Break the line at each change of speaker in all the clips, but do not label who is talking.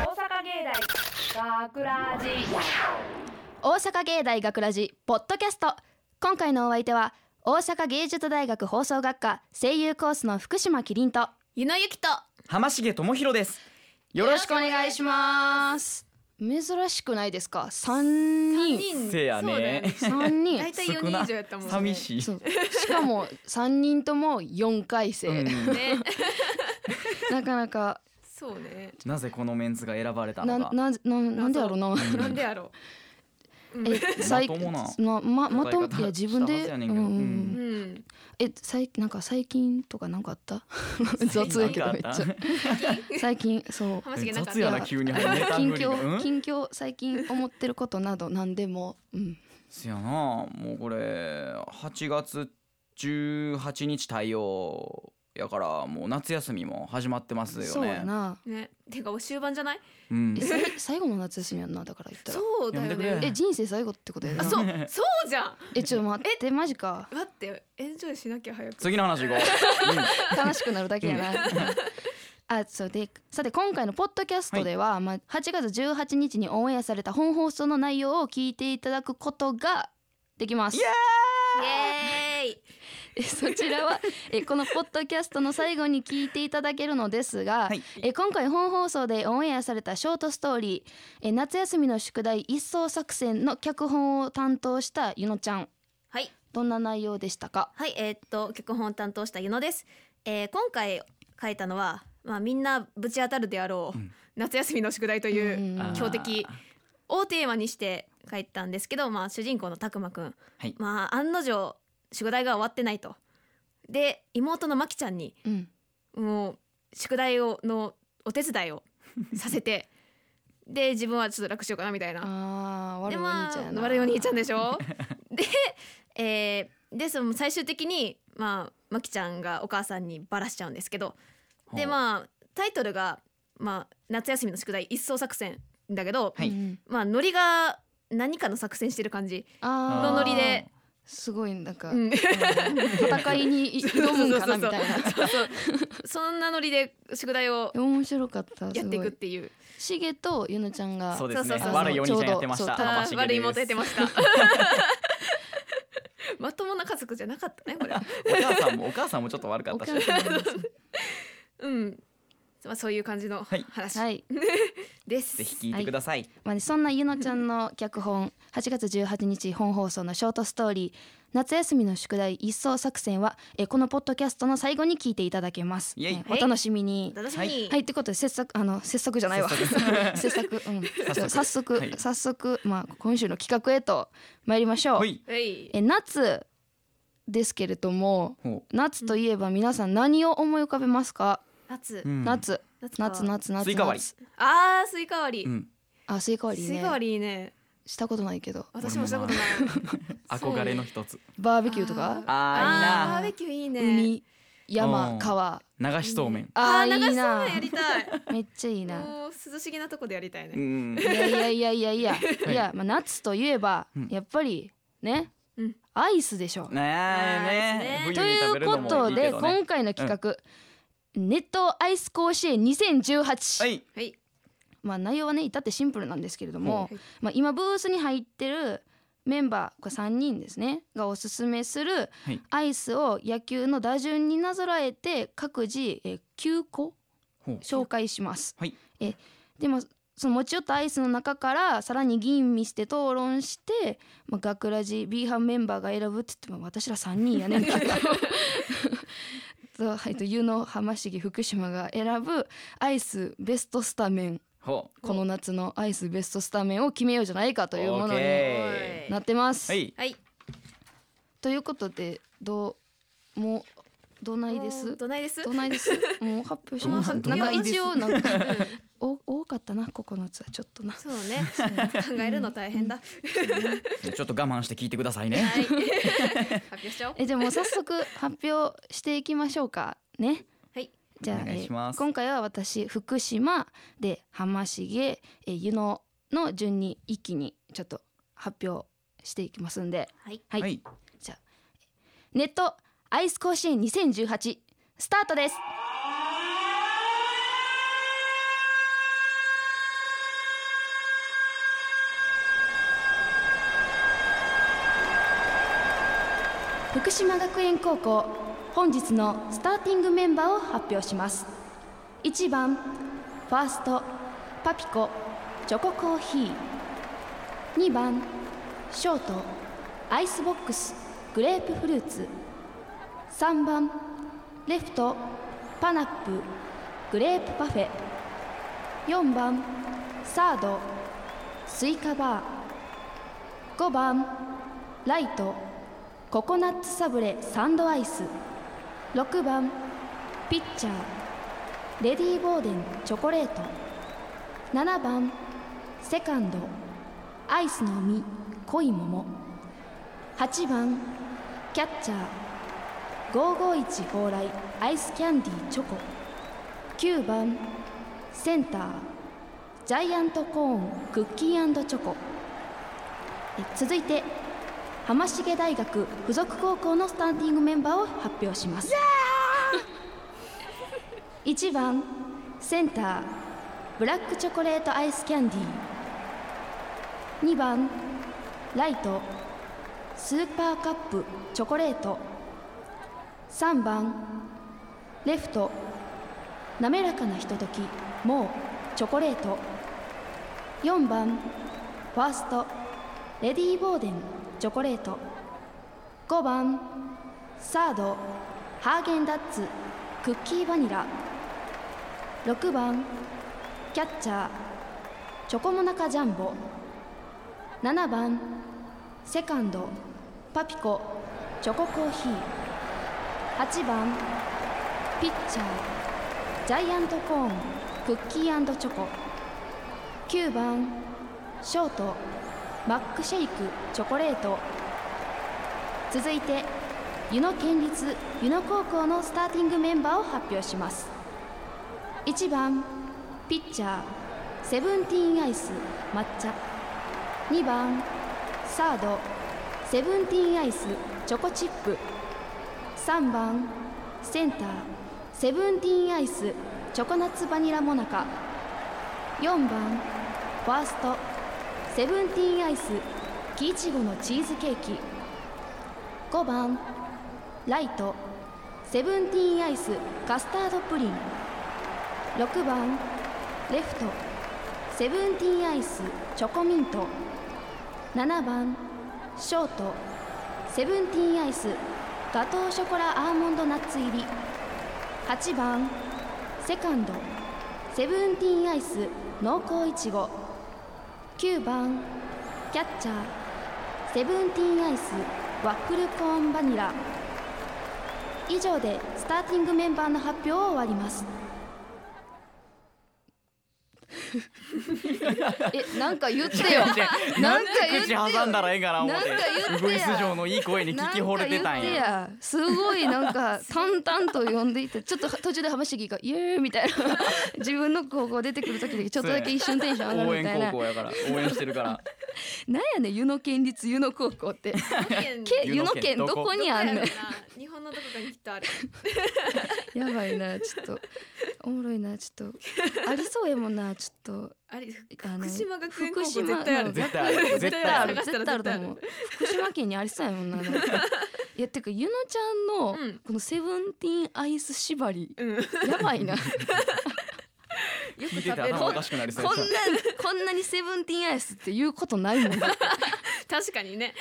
大学ラジ
大阪芸大学ラジポッドキャスト今回のお相手は大阪芸術大学放送学科声優コースの福島キリンと
ゆのゆきと
浜重智博ですよ
よろしくお願いします珍しくないですか三
三
人
人
せやね
そうだよ
三 人
大体四人以上やったもんね
寂しい
そうしかも三人とも四回生、
うん
ね
なかなか
そうね
なぜこのメンツが選ばれた
な
のか
ななんなんでやろうな
なんでやろううん
え最
まともな
なままと
答え方
いや自分
したはず
で
や
う
ねんけどうん
ん
うん
え最なんか最近とかなんかあった雑やけどめっちゃ
なんか
最近そう
話がなかった
雑やな急に始めた
近
んぶりがう
況
ん
近況最近思ってることなど何でも、うん、
せやなもうこれ8月18日対応やからもう夏休みも始まってますよね
そうやな
ねてかお終盤じゃない
うん
えさい最後の夏休みやんなだから言ったら
そうだ
呼
よ
んでく
ね
れ
え人生最後ってことや
あ
な
そうそうじゃん
えちょっと待ってマジか
待ってエンジョイしなきゃ早く
次の話行こ
悲しくなるだけやな あそうでさて今回のポッドキャストでは、まあ、8月18日にオンエアされた本放送の内容を聞いていただくことができます
イエーイ
イエーイ
え そちらはえこのポッドキャストの最後に聞いていただけるのですが、
はい
え今回本放送でオンエアされたショートストーリー「え夏休みの宿題一掃作戦」の脚本を担当したゆのちゃん
はい
どんな内容でしたか
はい、えーっと脚本を担当したゆのです。えー今回書いたのは、まあみんなぶち当たるであろう、
うん
夏休みの宿題という
うん
う
強敵
あ
をテーマにして書いたんですけど、まあ主人公のたくまくん、
はい
まあ案の定宿題が終わってないと。で妹のまきちゃんに
うん
もう宿題をのお手伝いをさ せて、で自分はちょっと楽しようかなみたいな。
あー悪
で
いお兄ちゃんやな、
まあ、悪いお兄ちゃんでし ょで、えーでその最終的にまあまきちゃんがお母さんにバラしちゃうんですけど
ー
でまあタイトルが、まあ「夏休みの宿題一掃作戦」だけど、
はいう
まあノリが何かの作戦してる感じ
あー
のノリで、
すごいなんか、
うん
戦いに挑むんかなみたいな
そうそうそんなノリで宿題を
面白かった
や
す
ってい
ご
くっ
い
ていう
しげとゆのちゃんが
そうです
そう
ね
そうそう
悪いお兄ちゃんやってました
ちょうど
浜重です
悪い妹やってましたまともな家族じゃなかったねこれ
お母さんもお母さんもちょっと悪かっ
お
た
母
し
さんです
うん、まあ、そういう感じの
はい
話
はい
です。
ぜひ聞いてください
まあね、そんなゆのちゃんの脚本8月18日本放送のショートストーリー「夏休みの宿題一掃作戦は」えーこのポッドキャストの最後に聞いていただけます。
イエイ
えーお楽しみに
お楽しみ
は
に。
はいってことで切削あの切削じゃないわ
切
切削、うん、じゃあ
早
早
速
速、
はい
早速、まあ、今週の企画へと参りましょう
ほ。い
はい。
え夏ですけれども
ほ
夏といえば皆さん何を思い浮かべますか、
夏
うう。ん
夏
夏か
夏夏夏
スイカ割り
夏
ああ、スイカ割
う
り。
ん
あスイカ割り
スイ
ね
カ割りいいね。
したことないけど
私もしたことない。
憧れの一つ
バーベキューとかいい
あーバ
あ
な
ーベキューいいね。
海山
うん
川
流しそうめん
あ
あ
あ、
ー
流
い
し
い
そう
な
めんやりたい。
めっ ちゃいいな
もう涼しげなとこでやりたいね。
ん
いやいやいやいやいやいや、まあ、夏といえば
うん
やっぱりね、
うん
アイスでしょ
ねえね
ね
と
冬に食
い
べ
う
るの
こ
も
と
いい
で
けどね
今回の企画、熱湯アイス甲子園2018、
はい
はい。
まあ、内容はね至ってシンプルなんですけれども、
はい
まあ、今ブースに入ってるメンバーこれ3人ですねがおすすめする
はい
アイスを野球の打順になぞらえて各自、えー9個
ほう
紹介します。
はい
えでもその持ち寄ったアイスの中からさらに吟味して討論して、まあ、学ラジ B 班メンバーが選ぶって言っても私ら3人やねんけど。 とはいと湯の浜重福島が選ぶアイスベストスタメン
ほう
この夏のアイスベストスタメンを決めようじゃないかというもの
オッ
に
ケ
なってます。
ーはい
はい。
ということでどうもうどないです
どないです。
どないですもう発表し
どな
ます
ど
なん
な
か
いです
一応なんか
うん
お多かったな9つはちょっとな
そうね。考えるの大変だ。
ちょっと我慢して聞いてくださいね
はい。発表しちゃおう。
えじゃあもう早速発表していきましょうかね
はい
じゃあ
お願いしま
え
す
ー今回は私福島で浜重えー湯野の順に一気にちょっと発表していきますんで
はい。
はい、ネットアイス甲子園2018スタートです福島学園高校本日のスターティングメンバーを発表します1番ファーストパピコチョココーヒー2番ショートアイスボックスグレープフルーツ3番レフトパナップグレープパフェ4番サードスイカバー5番ライトココナッツサブレサンドアイス6番ピッチャーレディー・ボーデンチョコレート7番セカンドアイスの実濃い桃8番キャッチャー551蓬莱アイスキャンディチョコ9番センタージャイアントコーンクッキーチョコえ続いて浜重大学附属高校のスタンディングメンバーを発表します1番センターブラックチョコレートアイスキャンディー2番ライトスーパーカップチョコレート3番レフト滑らかなひとときもうチョコレート4番ファーストレディー・ボーデンチョコレート5番サードハーゲンダッツクッキーバニラ6番キャッチャーチョコモナカジャンボ7番セカンドパピコチョココーヒー8番ピッチャージャイアントコーンクッキーチョコ9番ショートマックシェイクチョコレート続いて湯野県立湯野高校のスターティングメンバーを発表します1番ピッチャーセブンティーンアイス抹茶2番サードセブンティーンアイスチョコチップ3番センターセブンティーンアイスチョコナッツバニラモナカ4番ファーストセブンティーンアイス木いちごのチーズケーキ5番ライトセブンティーンアイスカスタードプリン6番レフトセブンティーンアイスチョコミント7番ショートセブンティーンアイスガトーショコラアーモンドナッツ入り8番セカンドセブンティーンアイス濃厚いちご9番キャッチャーセブンティーンアイスワッフルコーンバニラ以上でスターティングメンバーの発表を終わります えなんか言ってよなんか言って
口
よ
挟んだらええんかな思っ
なんか言
て
っ
ウ
て
グ
や
イス嬢のいい声に聞き惚れてたんや
なんか言ってやすごいなんか淡々と呼んでいてちょっと途中で浜重が「イエーイ!」みたいな 自分の高校出てくる時でちょっとだけ一瞬テンション上が
応
るみ
援
たいな
高校やから応援してるから
なんやねん湯野県立湯野高校 ってけ
湯
湯
野
野
県
県どこ
どこ
に
や
あ
ろ
ん
な
ねん
日本のどこかにきっとある
やばいなちょっとおもろいなちょっとありそうやもんなちょっと
あれ
あの
福島学園高
福
校
島
絶対あ
の
る
絶対ある
絶 対
絶対
絶対あ
あ
る
る
絶対あると思う福島県にありそうやもんななん かいやてかゆのちゃんの
うん
このセブンティーンアイス縛り
うんよく
やばいな
聞い
食
て
べ
て
る
頭おかしくなり
こ
そ
ん
う
な
や
ん
った
こんなにセブンティーンアイスって言うことないもんだって
確かにね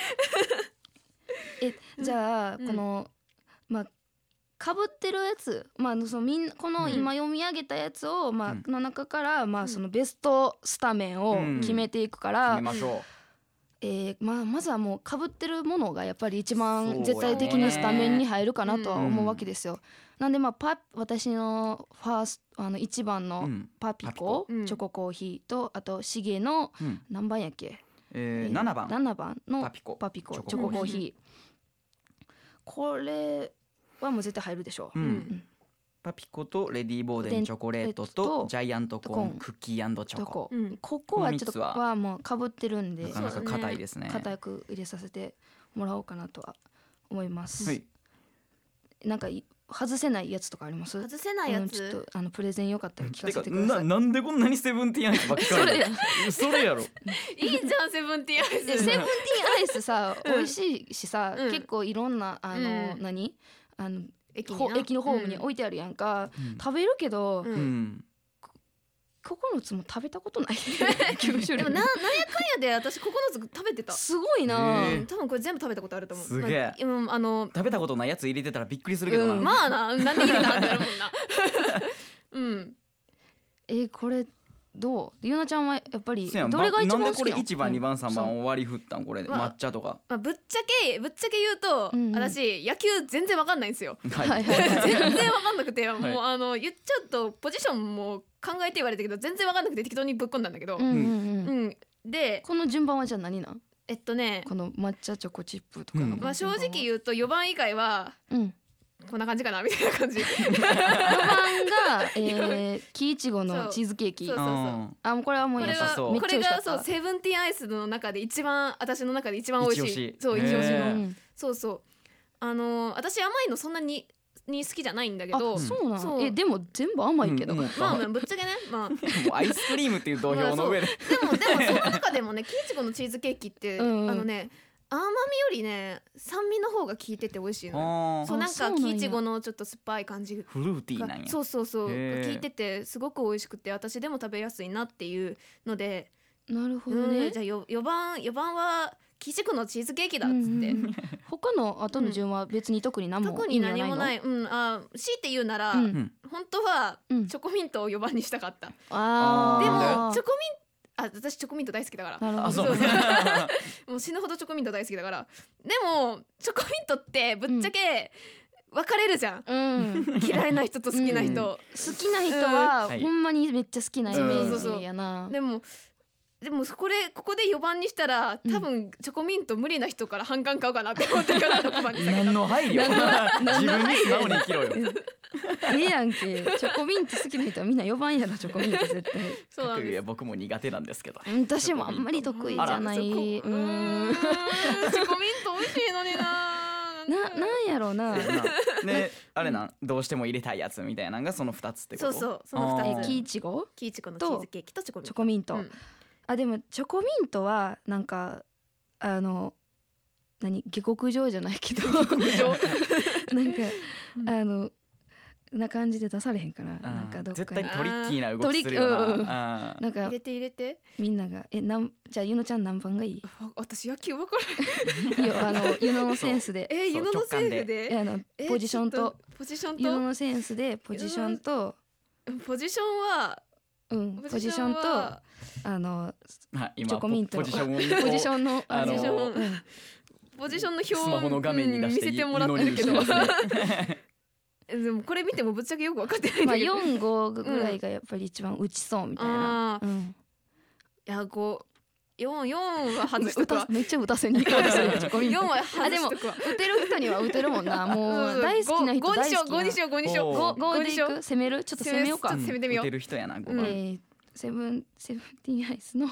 えじゃあ
うん
このまあかぶってるやつまああのそのみんなこ
う
の
ん
今読み上げたやつをま
うん
あの中からま
う
あ
ん
そのベストスタメンを決めていくから
決めましょ
えーまあ、まずはもうかぶってるものがやっぱり一番
そうやね
絶対的にスタメンに入るかなとは思うわけですよ。なんでまあパ私のファーストあの一番
うう
の
ん
パピコ、
ピコうん
チョココーヒーとあとシゲの
うん
何番やっけ、
え
え
ー
ー
7番
7番の
パピコ
パピコ
チ
チ
ョ
ョ
コ
ココー
コー
ヒ
ヒー
ーこれはもう絶対入るでしょ
う
う、
ん
ん
パピコとレディーボーデンチョコレートと
と
ジャイアントコーンクッキーチ
チョ
ョコ
コ、
うん
ここはちょっ
この三つ
と
は
はもうかぶってるんで
なかなか硬いですね
固く入れさせてもらおうかなとは思います。
はい
なんかい外せないやつとかあります
外せないや
うん、ちょっ
つ
とあのプレゼンよかったら聞か
て
せ
か
てくだ
な
さい
なんでこんなにセブンティーンアイスばっかりなのそれやろ
いいじゃんセブンティーンアイス
えセブンティーンアイスさ
うん
美味しいしさ、
うん
結構いろんなあの、
うん
何あの
駅
ほ駅のホームに
い
置いてあるやんか、
うん
食べるけど、
うん
うん
9つも食べたことない九種
で
類
もななんやかんやで私9つ食べてた
すごいな、
へえ
多分これ全部食べたことあると思う
すげえ
まあうんあの
食べたことないやつ入れてたらびっくりするけどな、
うん
まあな何でいいかな ってなるもんなうん
えーこれどうゆなちゃんはやっぱり
そうやん
どれが一
な
番
ん
好
でこ
き
れ
なの
1番2番
うん
3番を割り振ったんこれ
まあ
抹茶とか
まあぶっちゃけぶっちゃけ言うと
うんうん
私野球全然わかんないんですよ
そうはい
は
はい はい
全然わかんなくてもう
はい
あの言っちゃうとポジションも考えて言われたけど全然わかんなくて適当にぶっこんだんだけど
うんうん
う
うん
んで
この順番はじゃあ何なん
えっとね
この抹茶チョコチップとかの
うん
まあ正直言うと4番以外は
うん
こんな感じかなみたい な感じ
4番 がえー木いちごのチーズケーキ
そうそう
あもうこれはもう
これ
良さ
は
そう
めっ
こ
ちゃ美
れ
味しかっ
がそう
た
セブンティーンアイスの中で一番私の中で一番美味しい
一押し
そう一押し
へ
の
ー
うん
そうそうあのー私甘いのそんなにに好きじゃないんだけ
あ
ど
そうな
そ
ん
う
えでも全部甘いけど
うんうん
まあまあぶっちゃけね まあで
もうアイスクリームっていう土俵の上で
もでもその中でもねキイチゴのチーズケーキってあ
うん
のね甘みよりね酸味の方が効いてて美味しいのよ
あー
そうなん
あそう
か
なんや
キイチゴのちょっと酸っぱい感じ
フルーティーなんや
そうそうそう
へー
聞いててすごく美味しくて私でも食べやすいなっていうので、
なるほど
う
ね
ん、じゃあよ4番4番はキジクのチーズケーキだっつって、
うんうんうん他の後の順は別に特に何も
特に何もないいうんあ強いて言うなら、
うん
うん
本当は
うん
チョコミントを4番にしたかった、
あ
で
ー
もチョコミントあ私チョコミント大好きだか
な
ら
るほど
あそう
そう もう死ぬほどチョコミント大好きだからでもチョコミントってぶっちゃけ分かれるじゃん、
うん
嫌いな人と好きな人、
好きな人は、
うんはい
ほんまにめっちゃ好きなイメ
そう
そう
ー
そう
ジやな。
でもでもこれここで4番にしたら多分チョコミント無理な人から反感買うかなって思ってから6番にしたけど
何の配慮自分に素直に生きろよ
ええやんけチョコミント好きな人はみんな4番やろチョコミント絶対
そうなん
い
で
や
す
僕も苦手なんですけど
うん私もあんまり得意じゃない
あらそうこうーん
ん
チョコミント美味しいのに な
ななんやろうな
ねあれなんどうしても入れたいやつみたいなのがその2つって
そ
こと
うそうその
あ
2
ー
つ
キイチゴ
キイチコのチーズケーキとチョコミン
チョ
ト
コミント、
うん
あでもチョコミントはなんかあの何下克上じゃないけどなんか
うん
あのな感じで出されへんから
うん
なんかどっ
絶
か
対
に
トリッキーな動きするよな
なんか
入れて入れて
みんなが「えなんじゃあゆのちゃん何番がいい?」
あ私野球分からな
い
い
いよあの湯野のセンスで
えー、
そ
湯
う
野のセー
直
フ
感
で
あの
えー
ポジション
ちょっ
と
ポジション
湯野
と
のセンスでポジションと
ポジションは
うんポジションと
は
あの
うんはい今
チョコミント
ポジションを見て
ポジションの
あ
あ
の
の
ポジション
うん
ポジションの表
スマホの画面に出して
うん見せてもらったんだけど
祈りをしてますね
でもこれ見てもぶっちゃけよく分かってないん
ま
だ
あ
けど、
四五ぐらいがやっぱり一番打ちそうみたいな。
あー
うん
いやこう四四は外しとく
歌
わ
す。めっちゃ打たせに行くチョコミン
四
ト
は外しとくわ。
打てる人には打てるもんなもう大好きな人
五に
大
しよ
好
う
き
五
な
にしよう五にしよう
お
五五でい
しよ
く攻めるちょっと攻めようか
攻めちょっとてみよう
打てる人やな5
うん
え
番
ーセブンセブンティーンアイスの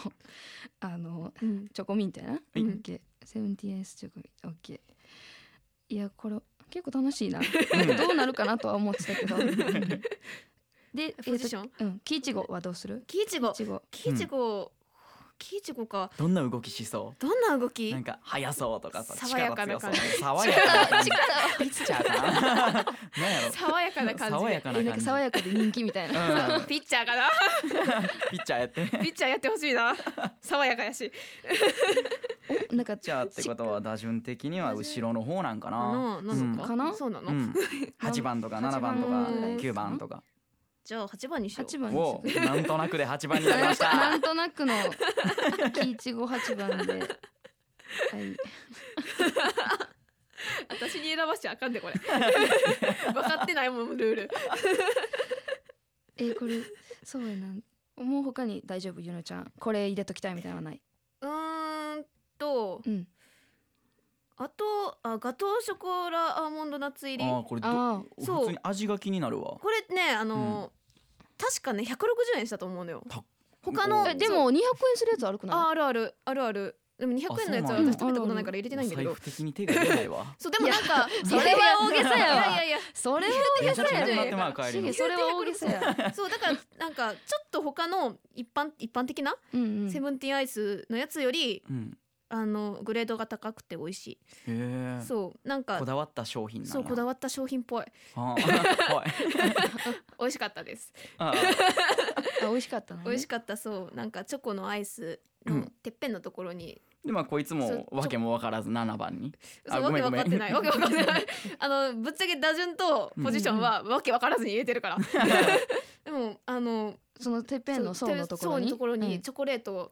あの
う。うん
チョコミントやな。
い
オッケー。セブンティーンアイスチョコミント。オッケー。いやこれ結構楽しいな。どうなるかなとは思ってたけ ど。で、
ポジション
えーとうん。キイチゴはどうする？
キイチゴ
キイチゴ。
キイチゴキイチゴか
どんな動きしそう
どんな動き
なんか速そうとかさ
爽やかな感じ
力強そう爽やかな感じピッチャーかななんや
爽やかな
ろ
感じ
爽や
えなん
で
かな感
か
じ
爽やかで人気みたいな。
うん
ピッチャーかな
ピッチャーやってピッ
ピッチャーやってほしいな爽やかやし
おなんか
チャーってことは打順的には後ろの方なんかな
のなのか
かな
そうな
う
の
ん8番とか7番とか
八番
9番とか
じゃあ八番にしよ
八
う
番にす
を
る。
なんとなくで8番になり
な
ま
ん
し
かな
た
んとなくのキイチゴ八番で。はい。
私に選ばしちゃあかんでこれ分かってないもんルール
えーこれそうやな。もう他に大丈夫ゆのちゃん。これ入れときたいみたいなのはない。
うーんと
うん。
あとあガトーショコラアーモンドナッツ入り
あーこれど
ああ。
そう
普通に味が気になるわ
これねあの、確かね160円したと思うのよ
た
他の
えでも200円するやつあるく
あ
な
あるあるあるあるでも200円のやつは
あそうなんや
私食べたことないから入れてないんだけど
財布的に手が出ない わ
そうでもなんか
それは大げさやわ
いやいやい
それは
めちゃくち
や
ゃな
で
くなってまう帰
シ
り
ゲ
に
それは大げさや。
やそうだからなんかちょっと他の一般一般的な
うんうん。
セブンティーンアイスのやつより
うん
あのグレードが高くて美味し
へえ
いそうなんか
こだわった商品なんや
そうこだ
わ
わった商品っぽい
あー怖い
美味しかったです
あ
あ美味しかったのね。
美味しかったそうなんかチョコのアイス
う
の
ん
てっぺんのところに、
ーでまあこいつ
そう
も
ちょ
わけもわからず7 番に
そ
あ
うわ
ごめ
け
んご
わ
め
か
ん
って ないわけわかってないあのぶっちゃけ打順とポジションはわけわからずに入れて るから、でもあの
そのてっぺんの
そ
層
う
のところに。
層ところ
う
に
ん
チョコレート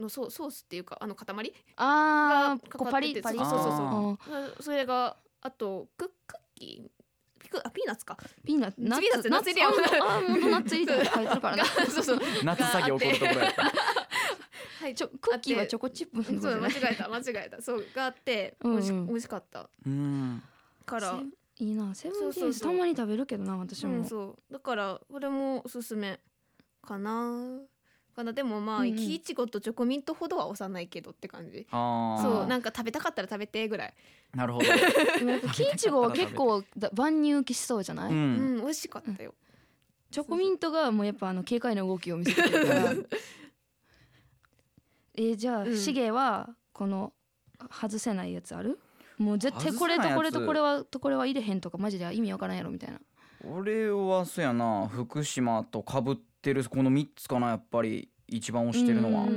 のソ,、ソースっていうかあの塊
あ
が
あ、
か
こう
か
パ
って
リ
て
パリ。
そう
そうそうそう
あー
そそれがあとククッキーピクあピーナッツか
ピーナッツ、
ピーナッツナッツ入れよ
あー、あー本当ナッツ入れて書いてるからね
が。 そうそう
夏作業起こるところやった
はい
ちょ、クッキーはチョコチップのことじ
そ
ゃ
う
な
間
い
違。えた間違えたそうがあって
うんうん
美味し,、美味しかった
うん
から
セブいいな、セブンティーンズ
そうそうそ
た
う
まに食べるけどな、私
う
も
ん、。そうだからこれもおすすめかなかなでもまあ、
うんうん
キイチゴとチョコミントほどは押さないけどって感じ
ああ
そうなんか食べたかったら食べてぐらい、
な るほど
でもなんかキイチゴは結構だ万人受けしそうじゃな
う
い？
うんん、美味しかったよ、
チョコミントがもうやっぱあの軽快な動きを見せてくるから。 えーじゃあ
うん
シゲはこの外せないやつある？もう絶対これ
外
と
せないやつ
これとこれはとこれは入れへんとかマジで意味わからんやろみたいな。
俺はそうやな福島とかぶってるこの3つかなやっぱり一番推してるのは
うん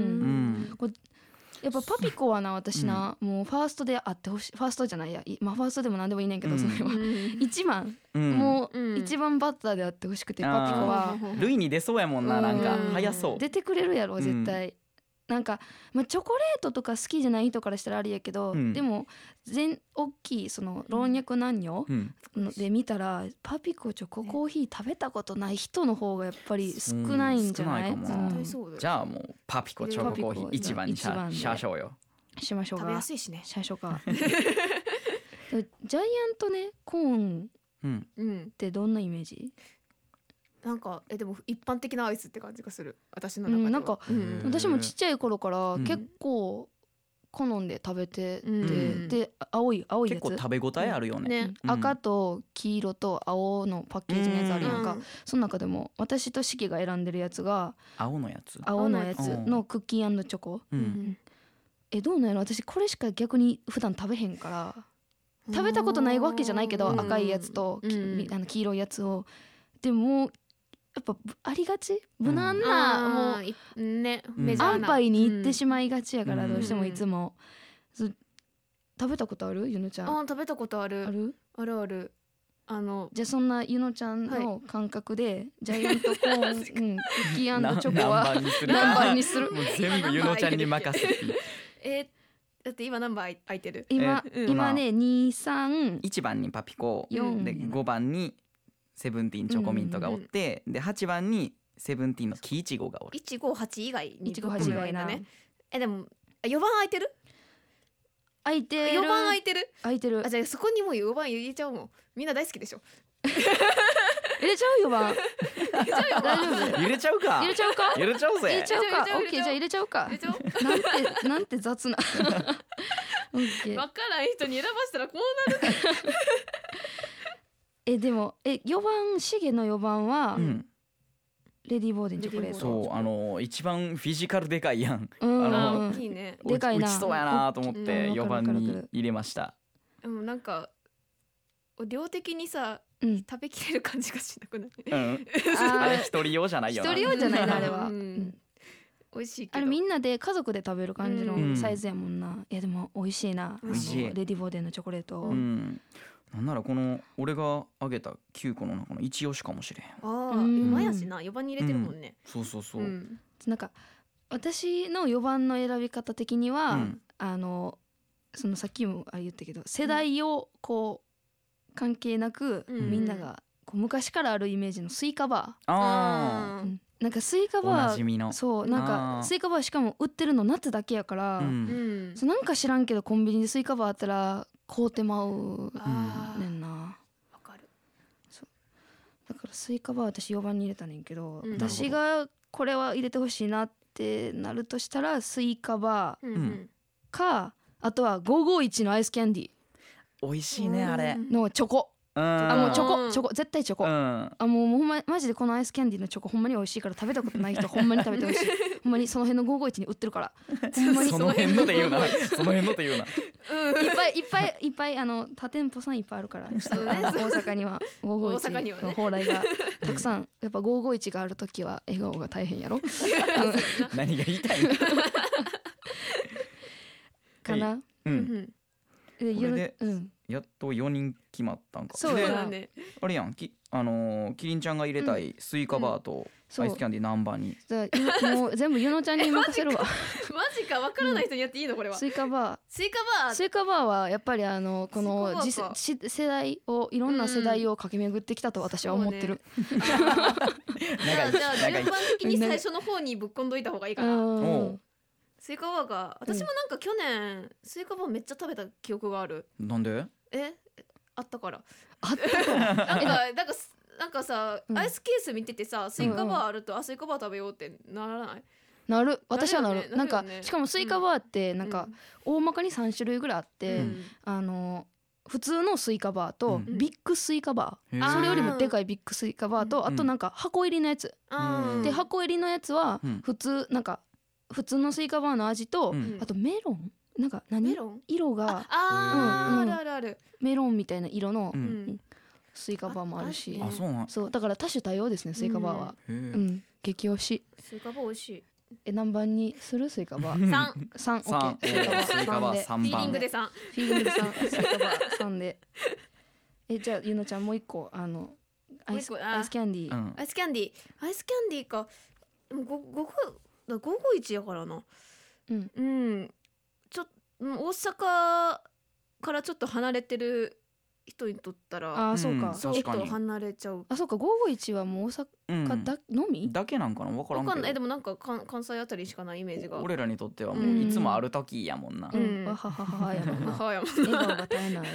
ん
やっぱパピコはな私な、もうファーストであってほしいファーストじゃないやいまあファーストでも何でもいいねんけど、
うん
それは、
ん
一番、
うん
も
う
うん一番バッターであってほしくて、
あー
パピコは
類に出そうやもん
う
なんなんか早そう
出てくれるやろ絶対、なんか、まあ、チョコレートとか好きじゃない人からしたらあれやけど、
うん
でも全大きいその老若男女
うん
ので見たら、パピコチョココーヒー食べたことない人の方がやっぱり少ないんじゃない,、
うん少ないかも
絶対そうだよ
じゃあもうパピコチョココーヒ
パ
ー
ピコ
一番にし
一番
ゃ
で
しゃあしょうよ
しましょう
食べや
か
すいしね
しましょうか でもジャイアントねコーン
うん
うん
ってどんなイメージ、
なんかえでも一般的なアイスって感じがする私
う
の中では
ん、なんか
うん
うん
私もちっちゃい頃から
うん
結構好んで食べてて、
うん
で青い青いや
結
つ
構食べ応えあるよね
ね
うん赤と黄色と青のパッケージのやつあるやんか、
うん
その中でも私と四季が選んでるやつが
青のやつ
青のやつ
青のやつ
のクッキーチョコ
うん
えどうなんやろ私これしか逆に普段食べへんから食べたことないわけじゃないけど
うん
赤いやつとき
うん
あの黄色いやつをでもやっぱありがち
うん
無難なもう
あーいね
うん
メジャーな
安牌に行ってしまいがちやから
うん
どうしてもいつも、そう食べたことあるゆのちゃ
うん
ん
あー食べたことある
ある
あるあるあの
じゃあそんなゆのちゃんの感覚で、 ジャイアントコーン、うん、クッキー
な
チョコは
何番にする
何番
か
にする
もう全部ゆのちゃんに 任せて
えーだって今何番空いてる
今、
えうん
今ね23
1番にパピコ
四
で5番にセブンティーンチョコミントがおってで8番にセブンティーンのキイチゴがおる
一五八以外に
一五八以外な
だね。えでもあ四番空いてる？
空いてる
四番空いてる？
空いてる
あじゃあそこにもう四番入れちゃおうもん。みんな大好きでしょ。
入れちゃうよ 番大丈夫
揺れちゃうか
入れちゃうか
揺れちゃう
入れ
ぜ
ちゃう
入れ
か
ちゃう
オッケーじゃあ入れちゃうか
入れちゃおう。
なんてなんて雑 なオッケー
わからん人に選ばせたらこう
えでもえ四番シゲの四番は、
うん
レディーボーデンチョコレート
そうあの一番フィジカルでかいやん
うんうん
あ
う
な
の
る。
ん
大きいね。
でかいな
打ちそうやなと思っ
うん
て4
わか
番
るわかるわかる
に入れました
でもなんか量的にさ
うん
食べきれる感じがしなくなって。
うんあ
あ
れ
ー
一人用じゃない
一
よな
人用じゃないなあれは、
う
うんん
美味しいけ
あ
ど。
れみんなで家族で食べる感じ
う
の
ん
サイズやもんな、いやでも美味しいな
美味
しい
あのレディーボーデンのチョコレート、
うんなんならこの俺が挙げた9個の中の一押しかもしれん
ああ
うん
馬やしな四番に入れてるもんね。。
そうそうそううん
なんか私の4番の選び方的には、
うん
あのそのさっきもあれ言ったけど世代をこう関係なく、
うん
みんながこう昔からあるイメージのスイカバ
あ
ー、
あー。
なんかスイカ
ーおな
バ
じ
ー
みの
そうなん
あー
かスイカバーしかも売ってるの夏だけやから、
うん
うん。
そうなんか知らんけどコンビニでスイカバーあったら買うてまう
あ
ねんな
あわかる。
だからスイカバー私4番に入れたねんけど、
うん
私がこれは入れてほしいなってなるとしたらスイカバー
うんうん。
かあとは551のアイスキャンディ
美味しいねあれ
のチョコあ
あ
もうチョ
うん
コチョコ絶対チョコ、
うん
あもうもうほんまマジでこのアイスキャンディーのチョコほんまに美味しいから食べたことない 人ほんまに食べてほしいほんまにその辺の551に売ってるからほんまにい
その辺ので言うなその辺ので言うな
っぱいいっぱいいっぱいあの他店舗さんいっぱいあるからちょっと
そうね
あの 大阪には
大阪には
551
ね
の蓬莱がたくさんやっぱ551がある時は笑顔が大変やろ
何が言いたいの
かな
う
うんん
で
これで
ゆるうん
やっと4人決まったんか
そう
そう
や
で
な
だね
あれやんきあのーキリンちゃんが入れたいスイカバーと
そ
ア
う
イスキャンディー何番に
じゃあゆもう全部ゆのちゃんに任せるわ
マジかわからない人にやっていいのこれは
スイカバー
スイカバー
スイカバーはやっぱりあのこの
スイ
じ
カバーか
世世代をいろんな世代を駆け巡ってきたと私は思ってる。
じゃあじゃあ順
長い長い
番的に最初の方にぶっこんどいた方がいいか
う
な。
ん
おう
スイカバーガー私もなんか去年スイカバーめっちゃ食べた記憶がある。
なんで
えあったから。
あったか
なんかなんかすなんかさ
うん
アイスケース見ててさスイカバーあるとあスイカバー食べようってならない。
なる私はなる
なるよね
なんか
なるよね
しかもスイカバーってなんか、大まかに3種類ぐらいあっ
う
て、
ん
あの普通のスイカバーと、
うん
ビッグスイカバ
へ
ー
ー
それよりもでかいビッグスイカバーと、
ん
あとなんか箱入りのやつ、
あー
で箱入りのやつは
うん
普通なんか普通のスイカバーの味と、
うん
あとメロンなんか何
メロン
色
あ
が
あー
う
あ
ん
るあるある。
メロンみたいな色の
う
うんん
スイカバーもあるし、
うん
あそうなんへ
そうだから多種多様ですねスイカバーは、うん
え
激推し
スイカバー美味しい。
え何番にするスイカバー3
三
オ
三
ッケ ー
スイカバ
フ
ー
ィ
三
ーリン
番
グで三。
フィーリングさん、スイカバーさんで。え、じゃあ、ゆのちゃん、もう一個、あの。アイス
もう一個あー
アイスキャンディ
う
ー。
ん
アイスキャンディーアイスキャンディーかでもごごくだ五五一やからな
うん、
うん、ちょうん大阪からちょっと離れてる人にとったら
ああ、そう
うん
か。
そう
ちょっ
確か
と
に
離れちゃう
あ、そうか、五五一はもう大
うん
阪だ、のみ。
だけなんかな分から
わ
ん
かんないえで
けど
もなんか関関西あたりしかないイメージが
俺らにとってはも
うん
ういつもある時やもんな
う
うん
ん、わはははは、やろうな。
母親も
笑顔が絶えない。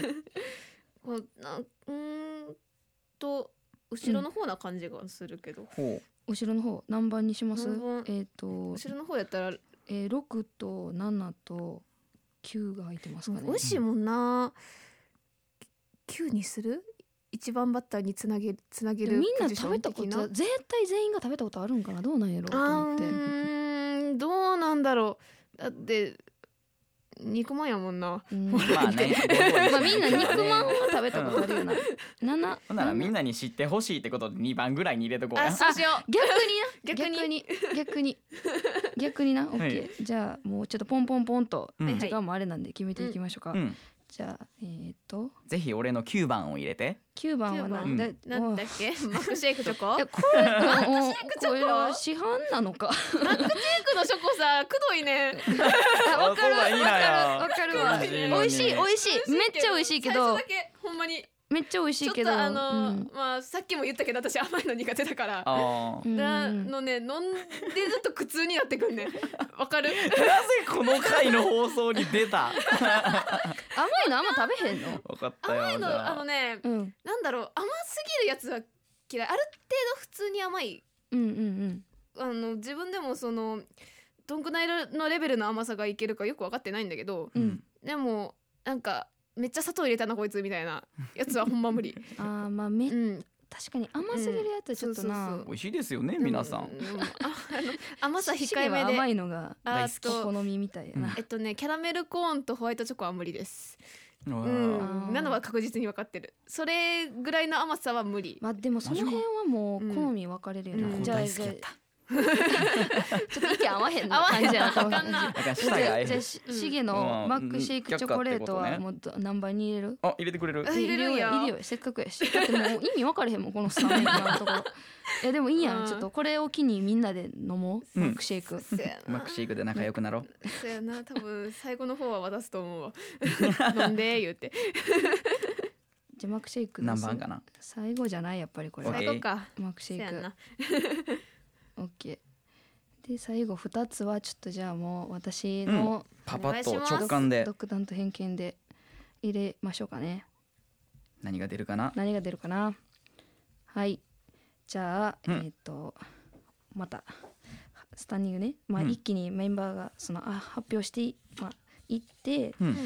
こうなんうーんと後ろの方な感じがするけど、
ほ
後ろの方、何番にします
何番。
えっと、
後ろの方やったら
えー、六と七と。九が空いてますか
美
ね
味。しいもんな9にする一番バッターにつなげつなげ
でも
る
みんな
ポジショ
食
ン
べたこ
的
と
な
は絶対全員が食べたことあるんかなどうなんやろうと
あ
思っ
ーう
て
ーんどうなんだろうだって肉まんやもんな
うん
うまあね
まあみんな肉まんは
を
食べたことあるよ な七
ほんならみん
な
なに知ってほしいってことで2番ぐらいに入れとこうや
そうしよ
逆にな
逆に
逆に逆に逆 になオッケー、じゃあもうちょっとポンポンポンと
うん
時間もあれなんで決めていきましょうか、
うん
じゃあえー、っと
ぜひ俺の9番を入れて
九番はなんだ、
うなんだっけマックシェイクチョコ マ
おい
ッ
えこれもう
クチョ
こ
コ
れは市販なのか
クのチョコさくどい ね
あわかる
そうだいいなよ
わかるわか
美味しい
る
の
わ美
に
味しい美味しいめっちゃ美味しいけ
最
ど
初だけほんまに
めっちゃ美味し
ち
い
ょっ
けど
とあの、
うん
まあさっきも言ったけど私甘いの苦手だから
あ
う
ー
ん
なのね飲んでずっと苦痛になって くんねわかる
なぜこの回の放送に出た
甘いのあんま食べへんの
分かったよ
甘い
じ
のあ
ゃ
の
あ
ね
うん
なんだろう甘すぎるやつは嫌いある程度普通に甘い
うんうんうん
あの自分でもそのどんくらいのレベルの甘さがいけるかよく分かってないんだけど
うん
でもなんかめっちゃ砂糖入れたなこいつみたいなやつはほんま無理
あーまあめ
うん
確かに甘すぎるやつはちょっとな、
うんそうそう
美味しいですよね皆さん
でもうんああの甘 さ控えめ
甘
で
いのが
あ
大
お
好
好
と
みみたいやな、
えっとねキャラメルコーンとホワイトチョコは無理です
う
う
わ
あー
んなのは確実に分かってるそれぐらいの甘さは無理
まあでもその辺はもう好み分かれるよな、
うん
じゃあ
大好き
じゃ
やっ
あちょっと意見合わへんな
合わへん
感じやな
わかんない
だから
じゃ
舌が合
あ
え
じ
へ
ゃ
ん
あしシゲのマックシェイクチョコレートはもうど何番に入れる
あ入れてくれる
あ入れるんや
入れよせっかくやしだってもう意味分かれへんもんこのスタメン今のところいやでもいいや
うんん
ちょっとこれを機にみんなで飲もう、
うん
マックシェイク
そうや
マッ
な
クシェイクで仲良くなろう
そうやな多分最後の方は渡すと思うわ飲んで言うて
じゃあマックシェイク
何番かな
最後じゃないやっぱりこれは
OK
最後か
マックシェ
そう
イ
や
ク
な
オッケーで最後2つはちょっとじゃあもう私の
パパッと
お願いします
直感で
独断と偏見で入れましょうかね
何が出るかな
何が出るかなはいじゃあ、
うん
えっ、とまたスタンディングね、まあ、
うん
一気にメンバーがそのあ発表してい、まあ、行って
うん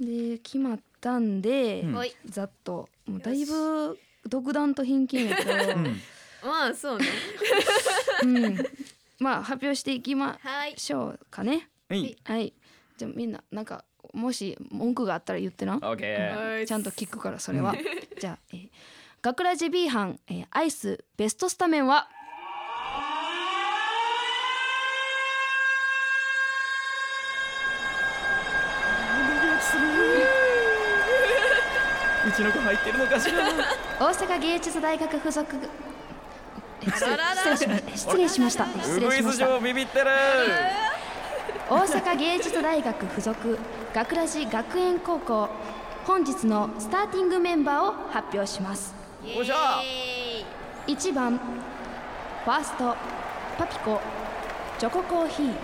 で決まったんで、
うん
おい
ざっともうだいぶ独断と偏見や けど、
うん
まあそうね
うん、まあ発表していきま
はい
しょうかね
はい
はいじゃあみんななんかもし文句があったら言ってな
オッケー
はい
ちゃんと聞くからそれは じゃあ、えー、学ラジ B 班、えー、アイスベストスタメンは
うちの子入ってるのかしら
大阪芸術大学附属えー
あららら
失礼し失礼しました失
ウ
礼
グイ
しま
ス
した
嬢ビビってる
大阪芸術大学附属学ラジ学園高校本日のスターティングメンバーを発表します
おっしゃ
イエーイ
1番ファーストパピコチョココーヒー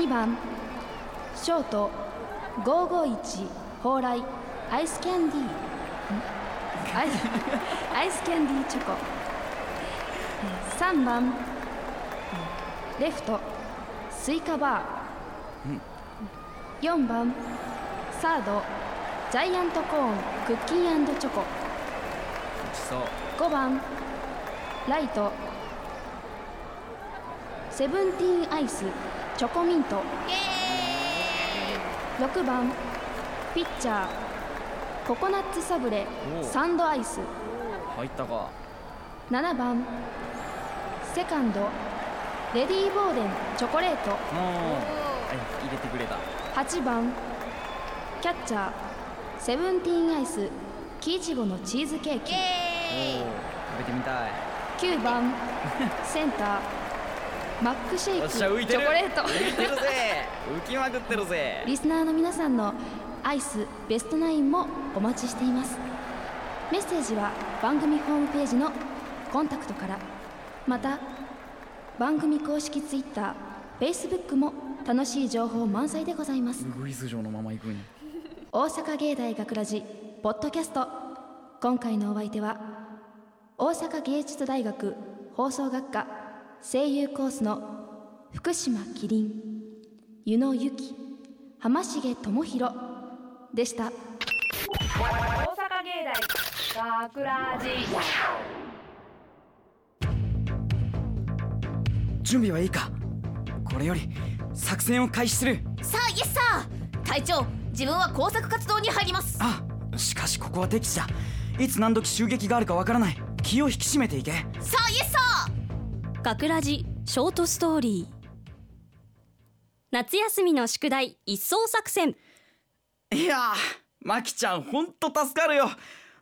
2番ショート551蓬莱アイスキャンディーんアイス アイスキャンディーチョコえー3番えーレフトスイカバー4番サードジャイアントコーンクッキーチョコ
ごちそう
5番ライトセブンティーンアイスチョコミント6番ピッチャーココナッツサブレ
おう
サンドアイス
入ったか
7番セカンドレディー・ボーデンチョコレート
もうはい入れてくれた
8番キャッチャーセブンティーンアイスキイチゴのチーズケーキ
おー食べてみたい
9番 センターマックシェイ
よっ
ク
しゃ浮いて
チ
る
ョコレート
浮いてるぜ浮きまくってるぜ
リスナーの皆さんのアイスベストナインもお待ちしていますメッセージは番組ホームページのコンタクトからまた番組公式ツイッター Facebook も楽しい情報満載でございます
ウグイス嬢のまま行くんや
大阪芸大学ラジポッドキャスト今回のお相手は大阪芸術大学放送学科声優コースの福島キリン湯野由紀浜重智弘でした
大阪芸大学ラジ
準備はいいかこれより作戦を開始する
さあイエスさん隊長自分は工作活動に入ります
あしかしここは敵地だいつ何時襲撃があるかわからない気を引き締めていけ
さあイエスさん
学ラジショートストーリー夏休みの宿題一掃作戦
いやーマキちゃんほんと助かるよ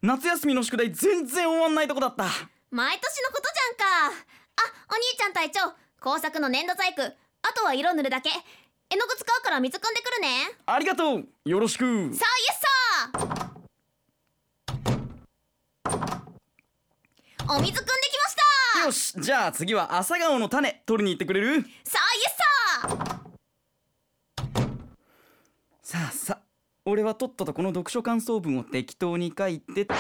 夏休みの宿題全然終わんないとこだった
毎年のことじゃんかあお兄ちゃん隊長工作の粘土細工あとは色塗るだけ絵の具使うから水汲んでくるね
ありがとうよろしく
さあイエスさんお水汲んできました
よしじゃあ次は朝顔の種取りに行ってくれる
さあイエスさん
さあさ俺はとっととこの読書感想文を適当に書いてな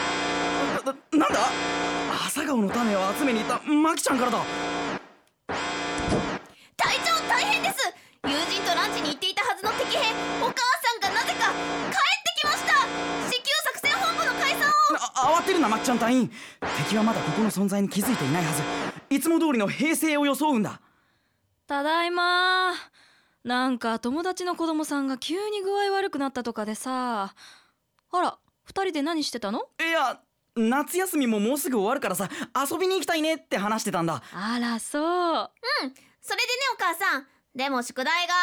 ななんだ朝顔の種を集めに行ったマキちゃんからだ
隊長大変です友人とランチに行っていたはずの敵兵お母さんがなぜか帰ってきました至急作戦本部の解散を
あ慌てるなマキちゃん隊員敵はまだここの存在に気づいていないはずいつも通りの平静を装うんだ
ただいまなんか友達の子供さんが急に具合悪くなったとかでさあら二人で何してたの
いや夏休みももうすぐ終わるからさ遊びに行きたいねって話してたんだ
あらそう
それでねお母さんでも宿題が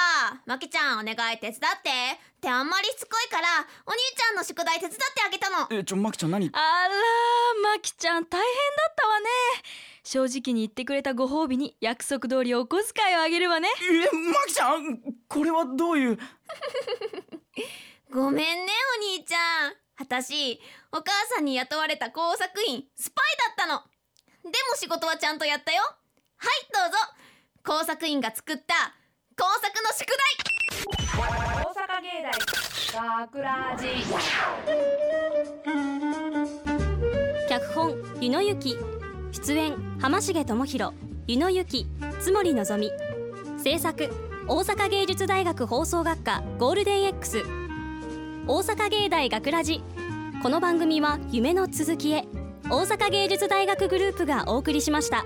まきちゃんお願い手伝ってってあんまりしつこいからお兄ちゃんの宿題手伝ってあげたの
えちょマキちゃん何
あらまきちゃん大変だったわね正直に言ってくれたご褒美に約束通りお小遣いをあげるわね
えマキちゃんこれはどういう
ごめんねお兄ちゃん私お母さんに雇われた工作員スパイだったのでも仕事はちゃんとやったよはいどうぞ工作員が作った工作の宿
大
題
阪芸大学ラジ
脚本湯野由紀出演浜重智弘湯野由紀津森のぞみ制作大阪芸術大学放送学科ゴールデン X 大阪芸大学ラジこの番組は夢の続きへ大阪芸術大学グループがお送りしました。